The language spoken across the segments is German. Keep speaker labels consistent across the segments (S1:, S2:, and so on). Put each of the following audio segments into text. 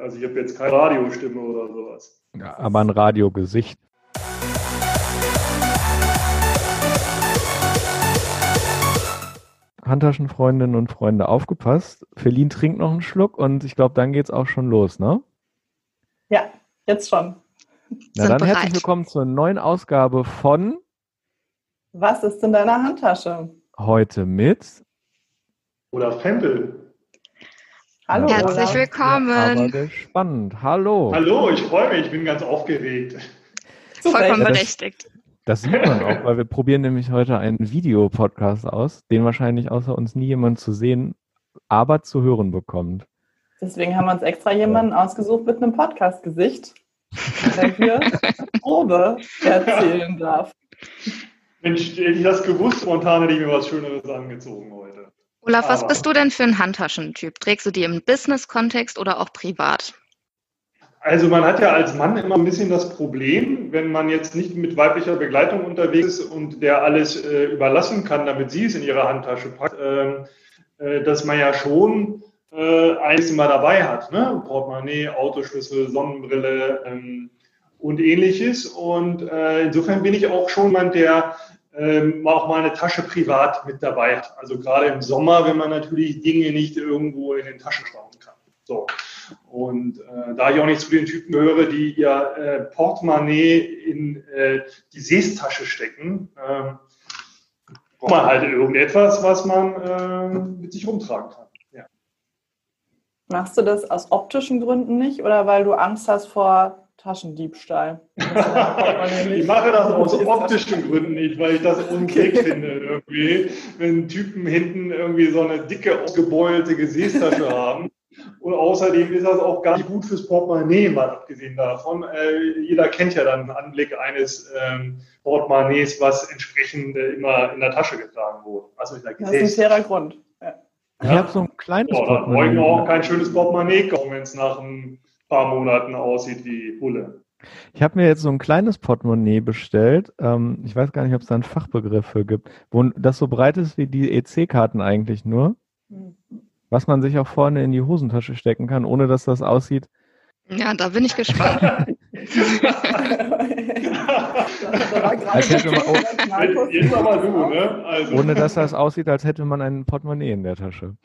S1: Also ich habe jetzt keine Radiostimme oder sowas.
S2: Ja, aber ein Radiogesicht. Handtaschenfreundinnen und Freunde, aufgepasst. Feline trinkt noch einen Schluck und ich glaube, dann geht's auch schon los, ne?
S3: Ja, jetzt schon.
S2: Na dann bereit. herzlich willkommen zur neuen Ausgabe von
S3: Was ist in deiner Handtasche?
S2: Heute mit
S1: Oder Fempel.
S3: Hallo.
S4: Herzlich
S3: Olaf.
S4: willkommen.
S2: Aber spannend. Hallo.
S1: Hallo, ich freue mich, ich bin ganz aufgeregt.
S4: Vollkommen
S2: Ja, das-
S4: berechtigt.
S2: Das sieht man auch, weil wir probieren nämlich heute einen Videopodcast aus, den wahrscheinlich außer uns nie jemand zu sehen, aber zu hören bekommt.
S3: Deswegen haben wir uns extra jemanden ausgesucht mit einem Podcast-Gesicht, der hier Probe erzählen darf.
S1: Mensch, hätte ich das gewusst, spontan hätte ich mir was Schöneres angezogen heute.
S4: Olaf, was
S1: Aber-
S4: bist du denn für ein Handtaschentyp? Trägst du die im Business-Kontext oder auch privat?
S1: Also man hat ja als Mann immer ein bisschen das Problem, wenn man jetzt nicht mit weiblicher Begleitung unterwegs ist und der alles äh, überlassen kann, damit sie es in ihre Handtasche packt, ähm, äh, dass man ja schon äh, einiges immer dabei hat. Ne? Portemonnaie, Autoschlüssel, Sonnenbrille ähm, und ähnliches. Und äh, insofern bin ich auch schon jemand, der ähm, auch mal eine Tasche privat mit dabei hat. Also gerade im Sommer, wenn man natürlich Dinge nicht irgendwo in den Taschen schrauben kann. So. Und äh, da ich auch nicht zu den Typen gehöre, die ihr äh, Portemonnaie in äh, die Seestasche stecken, ähm, braucht man halt irgendetwas, was man ähm, mit sich rumtragen kann. Ja.
S3: Machst du das aus optischen Gründen nicht oder weil du Angst hast vor Taschendiebstahl?
S1: ich mache das aus optischen Gründen nicht, weil ich das unkrieg
S3: Okay.
S1: finde irgendwie, wenn Typen hinten irgendwie so eine dicke, ausgebeulte Gesäßtasche haben. Und außerdem ist das auch gar nicht gut fürs Portemonnaie, mal abgesehen davon. Äh, jeder kennt ja dann den Anblick eines ähm, Portemonnaies, was entsprechend äh, immer in der Tasche getragen wurde. Also in der
S3: Das ist ein
S1: Gesäßtasche.
S3: fairer Grund. Ja.
S2: Ich habe so ein kleines
S1: Ja, dann
S2: Portemonnaie.
S1: wollen wir auch kein schönes Portemonnaie kaufen, wenn es nach ein paar Monaten aussieht wie Hulle.
S2: Ich habe mir jetzt so ein kleines Portemonnaie bestellt. Ähm, ich weiß gar nicht, ob es da einen Fachbegriff für gibt, wo das so breit ist wie die EC-Karten eigentlich nur,
S3: Hm.
S2: was man sich auch vorne in die Hosentasche stecken kann, ohne dass das aussieht.
S4: Ja, da bin ich gespannt.
S2: Als hätte man, oh,
S1: Jetzt aber du, ne? Also,
S2: ohne dass das aussieht, als hätte man ein Portemonnaie in der Tasche.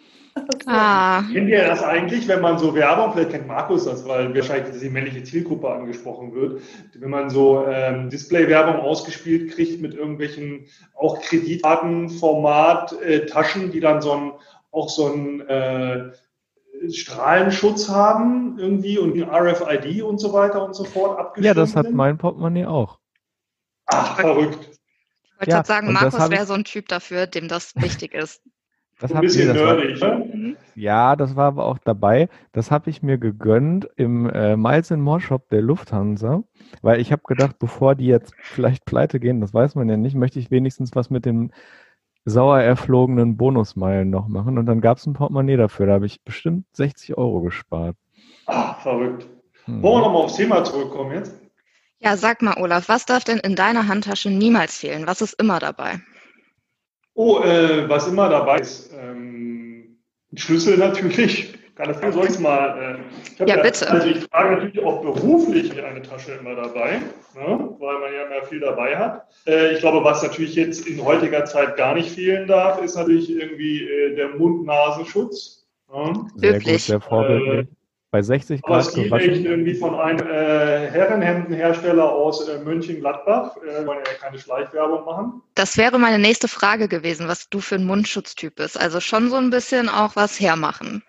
S4: Ah,
S1: kennt ihr das eigentlich, wenn man so Werbung, vielleicht kennt Markus das, weil wahrscheinlich die männliche Zielgruppe angesprochen wird, wenn man so ähm, Display-Werbung ausgespielt kriegt mit irgendwelchen auch Kreditkartenformat, äh, Taschen, die dann so ein, auch so ein äh, Strahlenschutz haben irgendwie und ein RFID und so weiter und so fort abgestimmt.
S2: Ja, das hat
S1: sind.
S2: mein Portemonnaie auch.
S1: Ach, verrückt.
S4: ich wollte
S2: Ja,
S4: gerade sagen,
S2: und das
S4: Markus
S2: hab ich-
S4: wäre so ein Typ dafür, dem das wichtig ist.
S2: Das
S1: Ein
S2: hab- nee,
S1: bisschen
S2: das war-
S1: nerdig, ne?
S4: Mhm.
S2: Ja, das war aber auch dabei. Das habe ich mir gegönnt im äh, Miles in More Shop der Lufthansa, weil ich habe gedacht, bevor die jetzt vielleicht pleite gehen, das weiß man ja nicht, möchte ich wenigstens was mit den sauer erflogenen Bonusmeilen noch machen. Und dann gab es ein Portemonnaie dafür. Da habe ich bestimmt 60 Euro gespart.
S1: Ach, verrückt.
S2: Hm.
S1: Wollen wir nochmal aufs Thema zurückkommen jetzt?
S4: Ja, sag mal, Olaf, was darf denn in deiner Handtasche niemals fehlen? Was ist immer dabei?
S1: Oh, äh, was immer dabei ist. Ähm, ein Schlüssel natürlich. Kann das soll ich's mal. Äh, ich hab
S4: Ja, bitte.
S1: Also ich trage natürlich auch beruflich eine Tasche immer dabei, ne? weil man ja immer viel dabei hat. Äh, ich glaube, was natürlich jetzt in heutiger Zeit gar nicht fehlen darf, ist natürlich irgendwie äh, der Mund-Nasenschutz. Ne?
S2: Sehr
S4: Wirklich?
S2: gut, sehr vorbildlich. Bei 60
S1: Äh, Aber
S2: Grad
S1: es gibt echt
S2: gewaschen.
S1: irgendwie von einem äh, Herrenhemdenhersteller aus äh, Mönchengladbach. Äh, wollen ja keine Schleichwerbung machen.
S4: Das wäre meine nächste Frage gewesen, was du für ein Mundschutztyp bist. Also schon so ein bisschen auch was hermachen.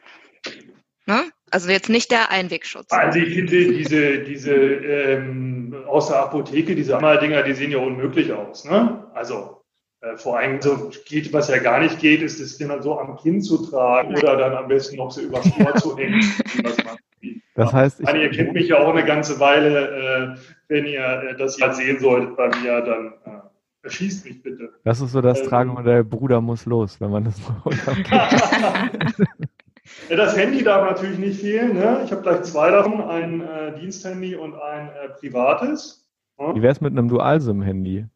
S4: Ne? Also jetzt nicht der Einwegschutz.
S1: Also ich finde diese, diese ähm, aus der Apotheke, diese Einmaldinger, die sehen ja unmöglich aus. Ne? Also äh, vor allem, so geht, was ja gar nicht geht, ist es dann so am Kinn zu tragen oder dann am besten noch so übers Ohr zu hängen. Was man-
S2: Das heißt, ich,
S1: Anni, ihr kennt mich ja auch eine ganze Weile. Äh, wenn ihr äh, das mal sehen solltet bei mir, dann äh, erschießt mich bitte.
S2: das ist so das
S1: Ähm,
S2: Tragemodell, Bruder muss los, wenn man das so
S1: Ja, Äh, Das Handy darf natürlich nicht fehlen. Ne? Ich habe gleich zwei davon, ein äh, Diensthandy und ein äh, privates.
S2: Wie wäre es mit einem Dual-SIM-Handy?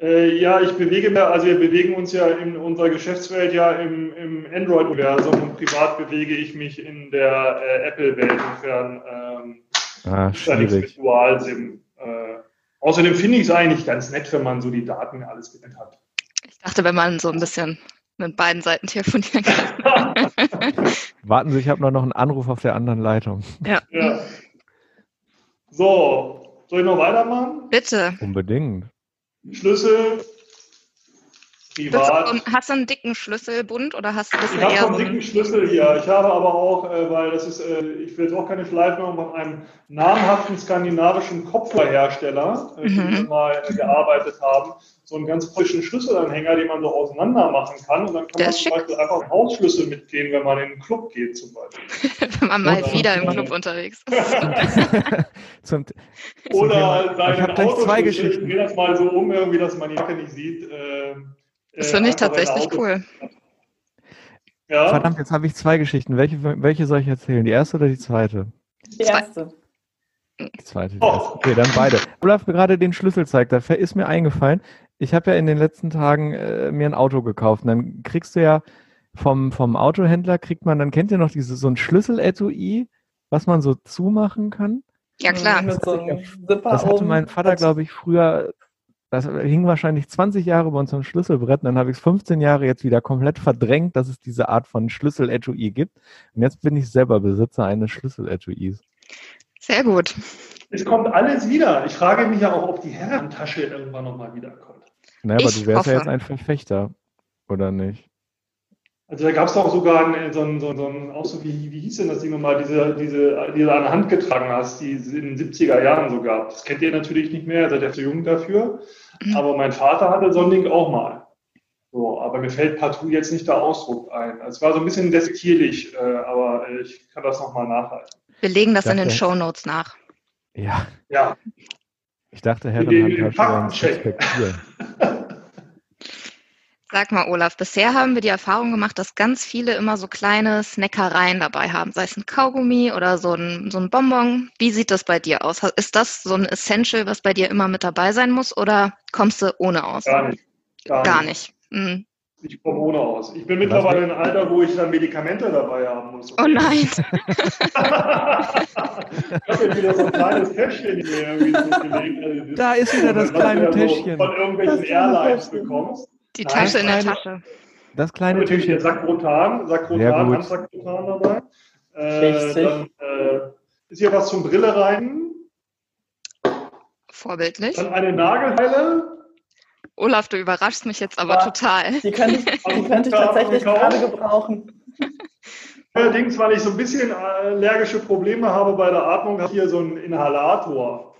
S1: Äh, ja, ich bewege mir, also wir bewegen uns ja in unserer Geschäftswelt ja im, im Android-Universum und privat bewege ich mich in der äh, Apple-Welt. Insofern ähm,
S2: Ah,
S1: ist da nichts
S2: schwierig.
S1: mit Dual-SIM. Äh, außerdem finde ich es eigentlich ganz nett, wenn man so die Daten alles getrennt hat.
S4: Ich dachte, wenn man so ein bisschen mit beiden Seiten telefonieren kann.
S2: Warten Sie, ich habe noch einen Anruf auf der anderen Leitung.
S1: Ja. So, soll ich noch weitermachen?
S4: Bitte.
S2: Unbedingt.
S1: Schlüssel,
S4: Willst du so
S1: privat.
S4: einen- Hast du einen dicken Schlüsselbund oder hast du
S1: Ich
S4: bisher
S1: habe
S4: eher
S1: so
S4: so
S1: einen dicken
S4: einen,
S1: Schlüssel hier. Ich habe aber auch, äh, weil das ist, äh, ich will jetzt auch keine Schleife machen, von einem namhaften skandinavischen Kopfhörerhersteller, äh,
S4: Mhm.
S1: die wir mal äh, gearbeitet haben, so einen ganz frischen Schlüsselanhänger, den man so auseinander machen kann. Und dann kann
S4: Der
S1: man
S4: ist
S1: zum
S4: schick.
S1: Beispiel einfach einen Hausschlüssel mitgehen, wenn man in den Club geht zum Beispiel.
S4: wenn man mal
S1: Oder-
S4: wieder im Club unterwegs ist?
S2: Zum, zum
S1: Oder
S2: Thema- ich
S1: seinen
S2: habe gleich zwei
S1: Autoschlüssel. Ich
S2: Geschichten.
S1: drehe das mal so um, irgendwie, dass man die Jacke nicht sieht. Äh,
S4: Das
S1: äh,
S4: finde
S1: einfach
S4: ich
S1: seine
S4: tatsächlich
S1: Auto-
S4: cool.
S1: Ja.
S2: Verdammt, jetzt habe ich zwei Geschichten. Welche, welche soll ich erzählen? Die erste oder die zweite?
S3: Die erste.
S2: Die zweite. Die
S1: Oh.
S2: erste. Okay, dann beide. Olaf mir gerade den Schlüssel zeigt. Da ist mir eingefallen, ich habe ja in den letzten Tagen äh, mir ein Auto gekauft. Und dann kriegst du ja vom, vom Autohändler, kriegt man, dann kennt ihr noch diese, so ein Schlüsseletui, was man so zumachen kann.
S4: Ja klar.
S3: Mit so einem Zipper
S2: Das hatte
S3: oben.
S2: mein Vater, glaube ich, früher, das hing wahrscheinlich 20 Jahre bei uns am Schlüsselbrett. Und dann habe ich es 15 Jahre jetzt wieder komplett verdrängt, dass es diese Art von Schlüsseletui gibt. Und jetzt bin ich selber Besitzer eines Schlüsseletuis.
S4: Sehr gut.
S1: Es kommt alles wieder. Ich frage mich ja auch, ob die Herrentasche irgendwann nochmal wiederkommt.
S2: Naja, aber
S4: Ich
S2: du wärst ja
S4: hoffe.
S2: jetzt ein Verfechter, oder nicht?
S1: Also da gab es doch sogar einen, so einen, so einen, so einen auch so wie, wie hieß denn das Ding nochmal, diese, diese, die du an der Hand getragen hast, die es in den 70er Jahren so gab. Das kennt ihr natürlich nicht mehr, seid ihr zu jung dafür.
S4: Mhm.
S1: Aber mein Vater hatte so ein Ding auch mal. So, aber mir fällt partout jetzt nicht der Ausdruck ein. Also Es war so ein bisschen despektierlich, äh, aber äh, ich kann das nochmal nachhalten.
S4: Wir legen das in den
S2: Danke.
S4: Shownotes nach.
S2: Ja,
S1: Ja,
S2: ich dachte,
S1: Mit dem
S2: Herren hat halt schon
S1: Faktencheck.
S2: Perspektiven.
S4: Sag mal, Olaf, bisher haben wir die Erfahrung gemacht, dass ganz viele immer so kleine Snackereien dabei haben, sei es ein Kaugummi oder so ein, so ein Bonbon. Wie sieht das bei dir aus? Ha- Ist das so ein Essential, was bei dir immer mit dabei sein muss oder kommst du ohne aus?
S1: gar nicht.
S4: Gar nicht. Mhm.
S1: Ich komme ohne aus. Ich bin mittlerweile in einem Alter, wo ich dann Medikamente dabei haben muss.
S4: Oh nein.
S1: ich habe jetzt wieder so ein kleines Täschchen hier irgendwie zugelegt. Also das-
S2: Da ist wieder das
S1: was du
S2: kleine
S1: ja so
S2: Täschchen.
S1: Von irgendwelchen
S3: Das kleine
S1: Airlines
S3: Täschchen.
S1: bekommst.
S4: Die
S1: Nein,
S4: Tasche in der
S2: meine-
S4: Tasche.
S2: Das kleine
S1: Natürlich den
S2: Täschchen.
S1: Sakrotan,
S2: Sehr
S1: Sakrotan,
S2: gut.
S1: Handsakrotan dabei. Äh,
S3: Richtig.
S1: dann, äh, ist hier was zum Brille rein?
S4: Vorbildlich.
S1: Dann eine Nagelheile.
S4: Olaf, du überraschst mich jetzt aber
S3: Boah.
S4: total.
S3: Die könnte ich, die könnte ich tatsächlich gerade gebrauchen.
S1: Allerdings, weil ich so ein bisschen allergische Probleme habe bei der Atmung, habe ich hier so einen Inhalator.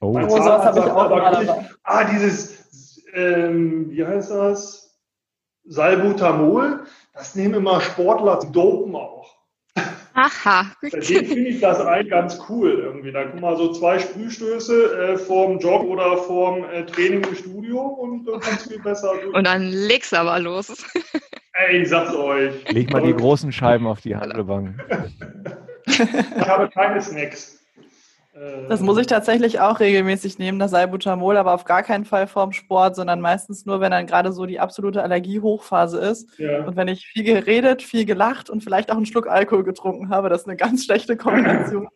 S2: Oh,
S3: Oh, sowas habe ich
S1: Sagt,
S3: auch
S1: aber
S3: mal
S1: krieg-
S3: dabei.
S1: Ah, dieses, ähm, wie heißt das? Salbutamol. Das nehmen immer Sportler zum Dopen auch.
S4: Aha.
S1: Bei denen finde ich das eigentlich ganz cool irgendwie. Da kommen mal so zwei Sprühstöße äh, vorm Jog oder vorm äh, Training im Studio und dann kommt es viel besser. durch.
S4: Und dann legst du aber los.
S1: Ey, ich sag's euch.
S2: leg mal die großen Scheiben auf die Handelbank.
S1: Ich habe keine Snacks. Äh,
S3: Das muss ich tatsächlich auch regelmäßig nehmen, das Salbutamol, aber auf gar keinen Fall vorm Sport, sondern meistens nur, wenn dann gerade so die absolute Allergiehochphase ist.
S1: Äh, Ja.
S3: Und wenn ich viel geredet, viel gelacht und vielleicht auch einen Schluck Alkohol getrunken habe, das ist eine ganz schlechte Kombination.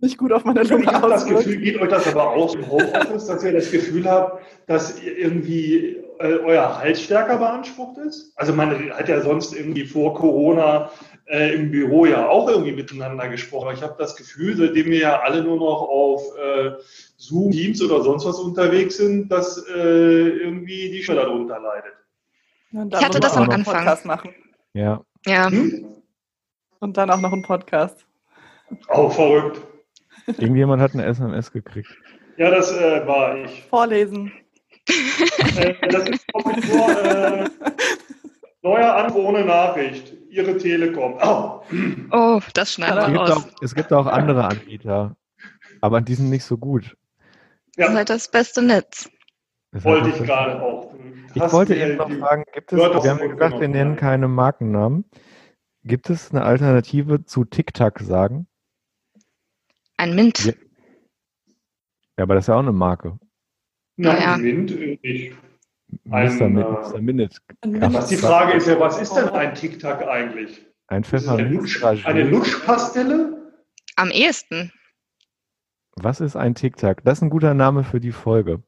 S3: Nicht gut auf meine
S1: Ich
S3: Lunge
S1: habe das Gefühl,
S3: auswirkt.
S1: geht euch das aber auch im Homeoffice, dass ihr das Gefühl habt, dass ihr irgendwie äh, euer Hals stärker beansprucht ist? Also man hat ja sonst irgendwie vor Corona äh, im Büro ja auch irgendwie miteinander gesprochen. Aber ich habe das Gefühl, seitdem wir ja alle nur noch auf äh, Zoom, Teams oder sonst was unterwegs sind, dass äh, irgendwie die Stimme darunter leidet.
S3: Und
S4: Ich hatte
S3: muss
S2: das am
S3: man auch noch einen
S4: Anfang.
S3: Podcast machen.
S2: Ja.
S4: Ja.
S1: Hm?
S3: Und dann auch noch einen Podcast.
S1: Oh, verrückt.
S2: Irgendjemand hat eine SMS gekriegt.
S1: Ja, das äh, war ich.
S3: Vorlesen.
S1: Äh, das ist Professor, äh, neuer Anruf ohne Nachricht. Ihre Telekom. Oh,
S4: Oh, das schneiden
S2: Es
S4: wir
S2: gibt,
S4: raus.
S2: auch, es gibt auch andere Anbieter, aber die sind nicht so gut.
S4: Das ist
S1: ja,
S4: halt das beste Netz.
S2: Das
S1: wollte
S2: heißt,
S1: ich
S2: das-
S1: gerade auch.
S2: Ich
S1: Hast
S2: wollte
S1: du,
S2: eben
S1: äh,
S2: noch
S1: die-
S2: fragen, gibt es,
S1: Wörter
S2: wir haben ja
S1: sind
S2: gesagt, wir
S1: genommen,
S2: nennen
S1: ja.
S2: keine Markennamen. Gibt es eine Alternative zu TikTok sagen?
S4: Ein Mint.
S2: Ja. Ja, aber das ist ja auch eine Marke.
S1: Nein,
S4: Ja.
S1: Wind äh, nicht. Ein,
S2: Mr. Min-
S1: äh,
S2: Mr. Minute.
S1: Was die Frage ist ja, was ist denn ein Tic-Tac eigentlich?
S2: Ein
S1: Ist es eine,
S2: pfefferminz
S1: Lutsch, eine Lutschpastille?
S4: Am ehesten.
S2: Was ist ein Tic-Tac? Das ist ein guter Name für die Folge.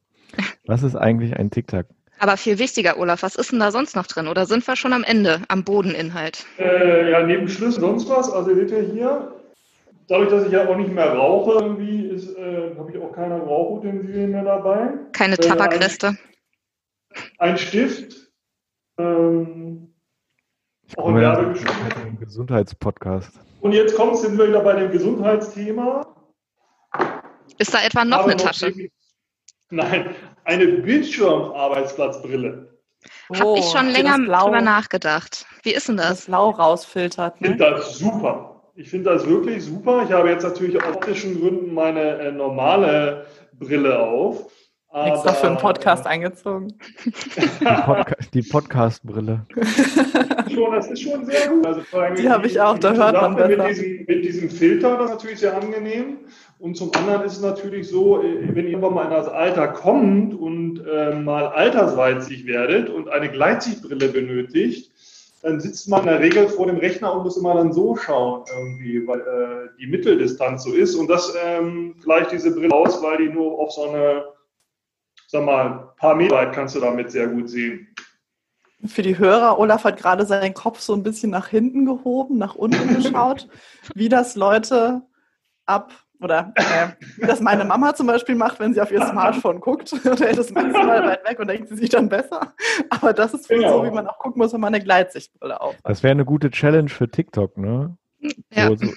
S2: Was ist eigentlich ein Tic-Tac?
S4: Aber viel wichtiger, Olaf, was ist denn da sonst noch drin? Oder sind wir schon am Ende, am Bodeninhalt?
S1: Äh, ja, neben Schlüssel sonst was. Also seht ihr hier, dadurch, dass ich ja auch nicht mehr rauche, irgendwie ist, äh, habe ich auch keine Rauchutensilien mehr dabei.
S4: Keine
S1: Äh,
S4: Tabakreste.
S1: Ein Stift. Ähm,
S2: Ich
S1: Auch
S2: komme ja
S1: Werbegeschenk.
S2: aus einem Gesundheitspodcast.
S1: und jetzt kommst du wieder bei dem Gesundheitsthema.
S4: Ist da etwa noch
S1: Aber
S4: eine Tasche?
S1: nämlich- Nein, eine Bildschirmarbeitsplatzbrille.
S4: Habe ich schon länger drüber
S3: nach.
S4: nachgedacht. Wie ist denn
S3: Oh, Das
S4: das?
S3: Blau rausfiltert.
S1: Ich
S3: Ne?
S1: finde das super. Ich finde das wirklich super. Ich habe jetzt natürlich aus optischen Gründen meine äh, normale Brille auf.
S3: Extra
S1: aber-
S3: für einen Podcast eingezogen.
S2: Die, Podca- die Podcast-Brille.
S1: schon, das ist schon sehr gut. Also vor allem
S3: Die habe ich auch, da
S1: die
S3: hört man
S1: Sache
S3: besser.
S1: Mit diesem, mit diesem Filter, das ist natürlich sehr angenehm. Und zum anderen ist es natürlich so, äh, wenn ihr irgendwann mal in das Alter kommt und äh, mal altersweizig werdet und eine Gleitsichtbrille benötigt, dann sitzt man in der Regel vor dem Rechner und muss immer dann so schauen, irgendwie, weil äh, die Mitteldistanz so ist. Und das ähm, gleicht diese Brille aus, weil die nur auf so eine, sag mal, paar Meter weit kannst du damit sehr gut sehen.
S3: Für die Hörer, Olaf hat gerade seinen Kopf so ein bisschen nach hinten gehoben, nach unten geschaut, wie das Leute ab oder äh, wie das meine Mama zum Beispiel macht, wenn sie auf ihr Smartphone guckt und hält es maximal weit weg und denkt, sie sieht dann besser. Aber das ist wohl
S1: Genau.
S3: so, wie man auch gucken muss, wenn man eine Gleitsichtbrille auf.
S2: Das wäre eine gute Challenge für TikTok, ne?
S4: Ja.
S2: So, so.
S1: Also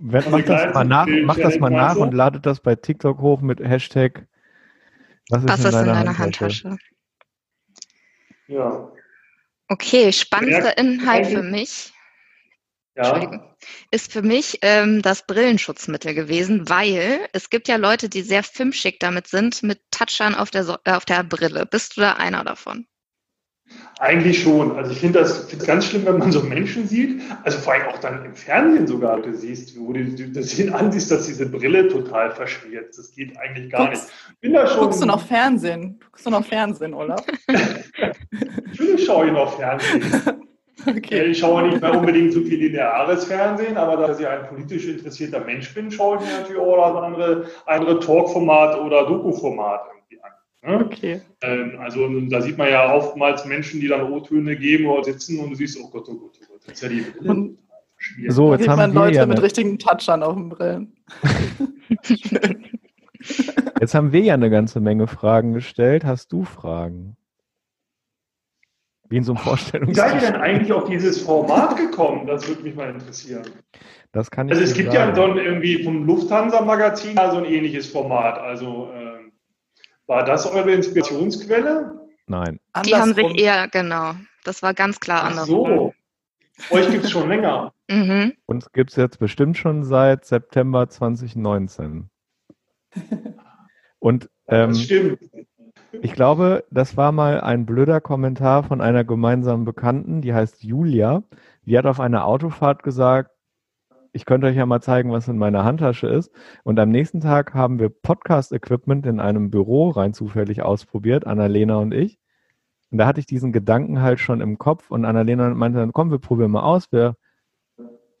S2: Wenn, mach das mal nach, mach das mal nach und ladet das bei TikTok hoch mit Hashtag Was ist,
S4: Was
S2: in,
S4: ist in
S2: deiner
S4: deiner
S2: Handtasche?
S4: Handtasche?
S1: Ja.
S4: Okay, spannendster
S1: Merkst du
S4: Inhalt
S1: eigentlich-
S4: für mich
S1: Ja,
S4: Entschuldigung. ist für mich ähm, das Brillenschutzmittel gewesen, weil es gibt ja Leute, die sehr filmschick damit sind, mit Touchern auf der, so äh, auf der Brille. Bist du da einer davon?
S1: eigentlich schon. Also ich finde das find's ganz schlimm, wenn man so Menschen sieht, also vor allem auch dann im Fernsehen sogar Leute siehst, wo du du das hin ansiehst, dass diese Brille total verschmiert. ist. Das geht eigentlich gar nicht.
S3: Guckst,
S1: Ich bin da schon,
S3: guckst du noch Fernsehen? Guckst du noch Fernsehen, Olaf?
S1: natürlich schaue ich noch Fernsehen.
S3: Okay.
S1: Ich schaue nicht mehr unbedingt so viel lineares Fernsehen, aber dass ich ein politisch interessierter Mensch bin, schaue ich mir natürlich auch das andere, andere Talkformat oder Doku-Format irgendwie an. Ne?
S3: Okay.
S1: Ähm, also da sieht man ja oftmals Menschen, die dann O-Töne geben oder sitzen und du siehst, oh Gott, oh Gott, oh Gott, das ist ja die
S3: Und
S1: Schwierig.
S2: So,
S3: da
S2: Oh, jetzt
S3: sieht man
S2: haben, wir
S3: Leute
S2: ja
S3: mit
S2: eine,
S3: richtigen Touchern auf den Brillen.
S2: jetzt haben wir ja eine ganze Menge Fragen gestellt. Hast du Fragen? Wie in so einem
S1: Wie seid ihr
S2: Vorstellungsgespräch.
S1: denn eigentlich auf dieses Format gekommen? Das würde mich mal interessieren.
S2: Das kann ich
S1: Also es
S2: dir
S1: gibt
S2: sagen.
S1: ja so ein, irgendwie vom Lufthansa-Magazin so ein ähnliches Format. Also ähm, war das eure Inspirationsquelle?
S2: Nein.
S4: Die haben sich
S3: Andersrum.
S4: eher, genau. Das war ganz klar
S1: Ach
S4: anders.
S1: so. Euch gibt es schon länger.
S4: Mhm.
S2: Uns gibt es jetzt bestimmt schon seit September 2019. Und ähm,
S1: Das stimmt.
S2: ich glaube, das war mal ein blöder Kommentar von einer gemeinsamen Bekannten, die heißt Julia. Die hat auf einer Autofahrt gesagt, ich könnte euch ja mal zeigen, was in meiner Handtasche ist. Und am nächsten Tag haben wir Podcast-Equipment in einem Büro rein zufällig ausprobiert, Annalena und ich. Und da hatte ich diesen Gedanken halt schon im Kopf und Annalena meinte dann, komm, wir probieren mal aus, wir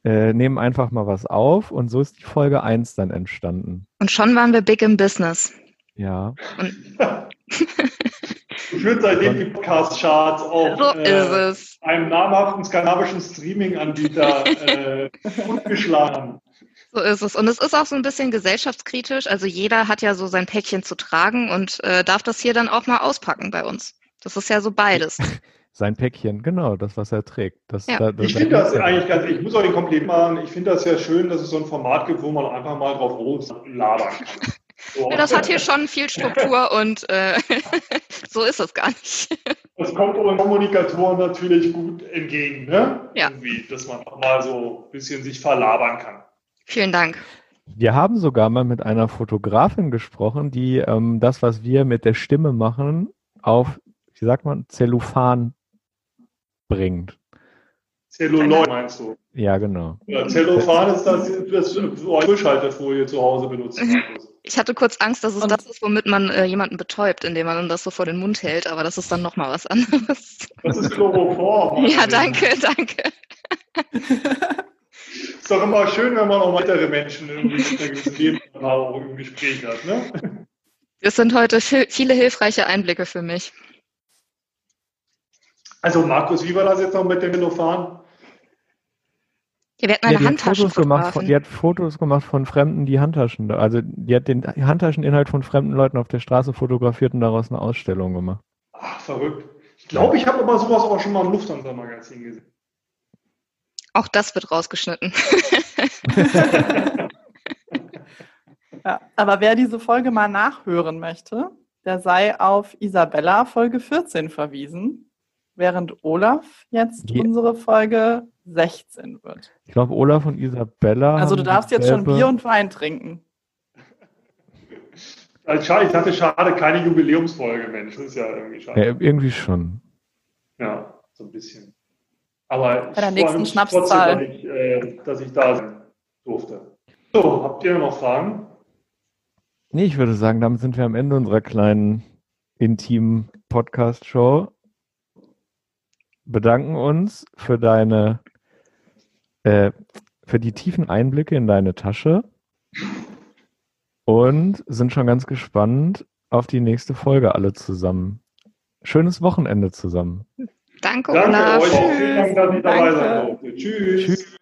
S2: äh, nehmen einfach mal was auf. Und so ist die Folge 1 dann entstanden.
S4: Und schon waren wir big im Business.
S2: Ja,
S1: Führt seitdem die Podcast-Charts auch
S4: So
S1: äh,
S4: ist es.
S1: einem namhaften skandinavischen Streaming-Anbieter äh, geschlagen.
S4: So ist es. Und es ist auch so ein bisschen gesellschaftskritisch. Also jeder hat ja so sein Päckchen zu tragen und äh, darf das hier dann auch mal auspacken bei uns. Das ist ja so beides.
S2: sein Päckchen, genau, das, was er trägt. Das,
S4: Ja.
S2: da- da-
S1: Ich
S2: da-
S1: finde das eigentlich ganz, ich muss euch ein Kompliment machen. Ich finde das ja schön, dass es so ein Format gibt, wo man einfach mal drauf rumlabern kann. So.
S4: Ja, das hat hier schon viel Struktur und äh, so ist es gar nicht.
S1: Das kommt unseren Kommunikatoren natürlich gut entgegen, ne?
S4: Ja.
S1: Irgendwie, dass man auch mal so ein bisschen sich verlabern kann.
S4: Vielen Dank.
S2: Wir haben sogar mal mit einer Fotografin gesprochen, die ähm, das, was wir mit der Stimme machen, auf, wie sagt man, Zellophan bringt.
S1: Zelluloid meinst du?
S2: Ja, genau.
S1: Ja, Zellophan ist das, das so eine Frischhaltefolie zu Hause benutzt.
S4: Ich hatte kurz Angst, dass es
S3: Und-
S4: das ist, womit man äh, jemanden betäubt, indem man ihm das so vor den Mund hält, aber das ist dann nochmal was anderes.
S1: Das ist
S2: Oh,
S1: Chloroform.
S4: ja, danke, danke.
S1: Ist doch immer schön, wenn man auch weitere Menschen irgendwie mit einer gewissen Lebenserfahrung im Gespräch hat. Ne?
S4: Das sind heute viel, viele hilfreiche Einblicke für mich.
S1: Also Markus, wie war das jetzt noch mit dem Velofahren?
S4: Ja, wir hatten
S2: Ja,
S4: eine
S2: die, hat
S4: Handtasche
S2: Fotos gemacht von, die hat Fotos gemacht von Fremden, die Handtaschen, also die hat den Handtascheninhalt von fremden Leuten auf der Straße fotografiert und daraus eine Ausstellung gemacht.
S1: Ach, verrückt. Ich glaube, ich habe aber sowas auch schon mal im Lufthansa-Magazin gesehen.
S4: Auch das wird rausgeschnitten.
S3: Ja, aber wer diese Folge mal nachhören möchte, der sei auf Isabella Folge 14 verwiesen, während Olaf jetzt
S2: Die-
S3: unsere Folge 16 wird.
S2: Ich glaube, Olaf und Isabella.
S3: Also du
S2: haben
S3: darfst jetzt schon
S2: Ah, dieselbe-
S3: Bier und Wein trinken.
S1: Also schade, ich dachte, schade, keine Jubiläumsfolge, Mensch. Das ist ja irgendwie schade.
S2: Ja, irgendwie schon.
S1: Ja, so ein bisschen. Aber ich
S3: Bei der
S1: freue
S3: nächsten
S1: mich
S3: Schnapszahl.
S1: trotzdem, dass ich, äh, dass ich da sein durfte. So, habt ihr noch Fragen?
S2: Nee, ich würde sagen, damit sind wir am Ende unserer kleinen intimen Podcast-Show. Bedanken uns für deine, äh, für die tiefen Einblicke in deine Tasche und sind schon ganz gespannt auf die nächste Folge alle zusammen. Schönes Wochenende zusammen.
S4: Danke,
S1: Danke
S4: Olaf.
S1: euch. auch. Vielen Dank, dass ich dabei sein
S3: Danke.
S1: durfte. Tschüss.
S2: Tschüss.